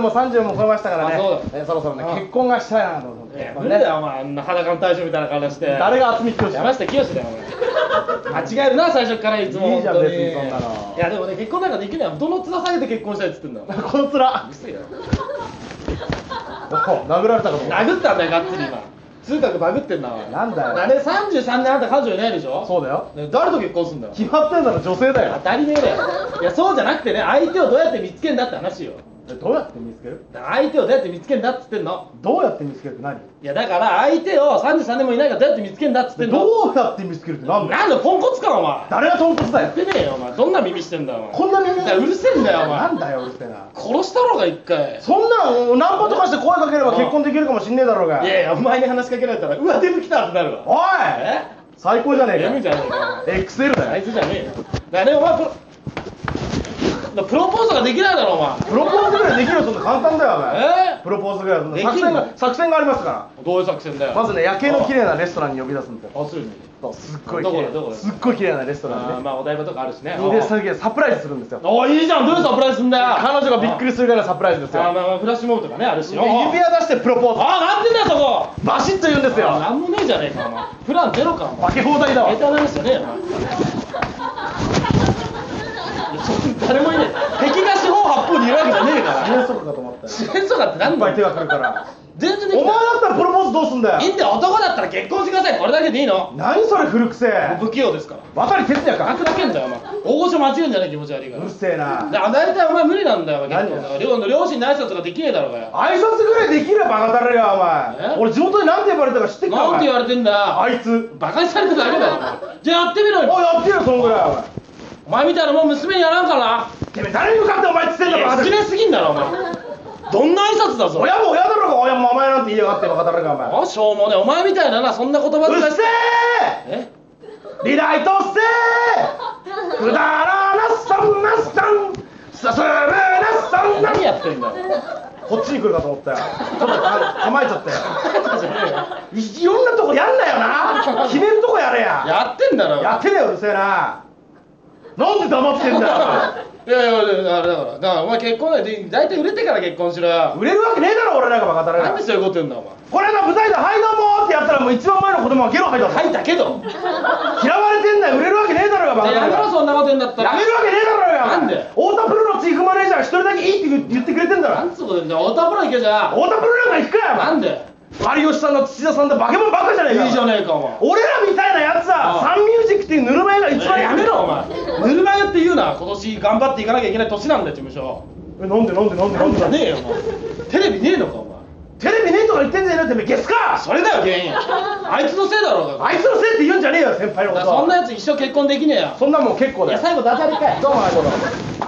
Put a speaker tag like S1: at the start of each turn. S1: も30も超えましたからね
S2: あそう
S1: ねそろそろね
S2: うん
S1: 結婚がしたいなと思って、
S2: え
S1: やっぱ
S2: 無
S1: り
S2: 理
S1: ね
S2: だよお前あんな裸の大将みたいな顔して
S1: 誰が渥美清
S2: 山下清だよお前間違えるな最初からいつも
S1: いいじゃん
S2: 本当
S1: 別にそんなの
S2: いやでもね結婚なんかできないどの面下げて結婚したいっつってんだよお前う
S1: この面
S2: るせえよ
S1: お殴られたかと思った
S2: 殴ったんだよがっつり今通学バグってんなお前
S1: なんだよ
S2: あれ33年あんた彼女いないでしょ
S1: そうだよ
S2: ね誰と結婚すんだよ
S1: 決まってんだろ女性だ
S2: 当
S1: よ
S2: たり前だよいやそうじゃなくてね相手をどうやって見つけんだって話よ
S1: えどうやって見つける
S2: だから相手をどうやって見つけんだっつってんの
S1: どうやって見つけるって何
S2: いやだから相手を33年もいないからどうやって見つけんだっつって
S1: で
S2: んの
S1: どうやって見つけるって何だよ
S2: なんだポンコツかお前
S1: 誰が豚骨だよ
S2: やってねえよお前どんな耳してんだよお前
S1: こんなに
S2: だからうるせえんだよお前
S1: なんだようるせえな
S2: 殺したろうが一回
S1: そんなのナンパとかして声かければ結婚できるかもしんねえだろうが
S2: いやいやお前に話しかけられたらうわデブ来たってなるわ
S1: おい
S2: え
S1: 最高じゃねえか
S2: デブじゃねえか
S1: XL
S2: お前あ
S1: だ
S2: い
S1: よ
S2: つじゃねえよだからねお前プロだからプロポーズができないだろお前
S1: プロポーズぐらいできるよそんな簡単だよお前
S2: え
S1: プロポーズぐらいはそんな
S2: できん
S1: 作
S2: の
S1: 戦が作戦がありますか
S2: どういう作戦だよ
S1: らまずね夜景の綺
S2: い
S1: 麗なレストランに呼び出すんですよ
S2: あするに
S1: そうすっごい
S2: ど
S1: 綺
S2: こだどこ
S1: 麗
S2: だ
S1: すっごい綺麗なレストランで
S2: あー
S1: ね
S2: まあお台場とかあるしね
S1: でそれでサプライズするんですよ
S2: おいいじゃんどういうサプライズすんだよ
S1: 彼女がびっく
S2: り
S1: りするぐらいのサプライズです
S2: あー
S1: よ
S2: まあまあフラッシュモブとかねあるし
S1: で
S2: おう
S1: 指輪出してプロポーズ
S2: あーなんでだよそこ
S1: バシッと言うんです
S2: あー
S1: よ
S2: なんもねえじゃねえかお前プランゼロかお前
S1: 化け放題だわ
S2: 下手な話じゃねえよお前いやそこに誰もいねえ敵が四方八方にいるわけじゃねえから
S1: えそこかと思ったよいっ
S2: 支援とかってなん
S1: ぱ
S2: だ
S1: い手
S2: よ
S1: がかかるから
S2: 全然で
S1: お
S2: き
S1: 前だ
S2: な
S1: ったらプロポーズどうすんだ
S2: いい
S1: よ
S2: いんだよ男だったら結婚してくださいこれだけでいいの
S1: 何それ古くせえ
S2: 不器用ですから
S1: 渡り哲也
S2: ガ
S1: か
S2: クだけんだよお前大御所間違えんじゃねえ気持ち悪いか
S1: う
S2: ら
S1: るせえな
S2: だ大体お前無理なんだよお前
S1: 何
S2: 結婚だから両両親の挨拶とかできねえだろうがよ
S1: 挨拶ぐらいできればバカだれがお前
S2: え
S1: 俺地元で何て呼ばれたか知ってっかお
S2: なんて
S1: 前
S2: 言われてんだよ
S1: あいつ
S2: バカにされてただけだよお前じゃあやってみろよ
S1: おいやってよそのぐらいお前
S2: お前みたいなもん娘にやらんから
S1: てめえ誰に向かってお前っつってん
S2: な
S1: だ
S2: い
S1: バ
S2: や
S1: カだ
S2: 失
S1: れ
S2: 礼すぎんだろお前どんな挨拶だぞ
S1: 親も親だろうが親もお前なんて言いやがってバカだれがお前
S2: あしょうもねえお前みたいななそんな言葉
S1: う
S2: 遣
S1: っ
S2: い
S1: せえ
S2: え
S1: リライトっせえくだらなさんなさんさするなさんな
S2: 何やってんだよ
S1: こっちに来るかと思ったよちょっと構えちゃったよ
S2: じゃねえよ
S1: いいろんなとこやんなよな決めるとこやれや
S2: やってんだろ
S1: やってねえようるせえななんで黙ってんだよ
S2: いやいやいやあれだからだからお前結婚だよ大体売れてから結婚しろよ
S1: 売れるわけねえだろ俺なんかバカだれ
S2: な
S1: が
S2: んでそういうこと言うんだお前
S1: これの舞台で「はいどうも」ってやったらもう一番前の子供はゲロ吐いたぞ
S2: はいだけど
S1: 嫌われてんだよ売れるわけねえだろうがバカだ
S2: や
S1: れ
S2: めろ
S1: が
S2: そんなこと言うんだったら
S1: やめるわけねえだろうが
S2: なんで
S1: 太田プロのチーフマネージャーが一人だけいいって言ってくれてんだろ
S2: なんつうこと言うんだよ太田プロ行けじゃ
S1: 太田プロなんか行くかよお前
S2: なんで
S1: 有吉さんの土田さんとバケモンばっかじゃねえか
S2: いいじゃねえかお前
S1: 俺らみたいなやつは
S2: ああ
S1: サンミュージックっていうぬるま湯が一番
S2: やめろお前ぬるま湯って言うな今年頑張っていかなきゃいけない年なんだよ事務所
S1: えなんでなんでなんでなんで
S2: じゃねえよお前テレビねえのかお前
S1: テレビねえとか言ってんじゃねえよてめえゲスか
S2: それだよ原 因あいつのせいだろうが
S1: あいつのせいって言うんじゃねえよ先輩の
S2: だか
S1: こ
S2: ら
S1: と
S2: そんなやつ一生結婚できねえよ
S1: そんなもん結構だよ
S2: 後ダジャレかい
S1: どうもありがとう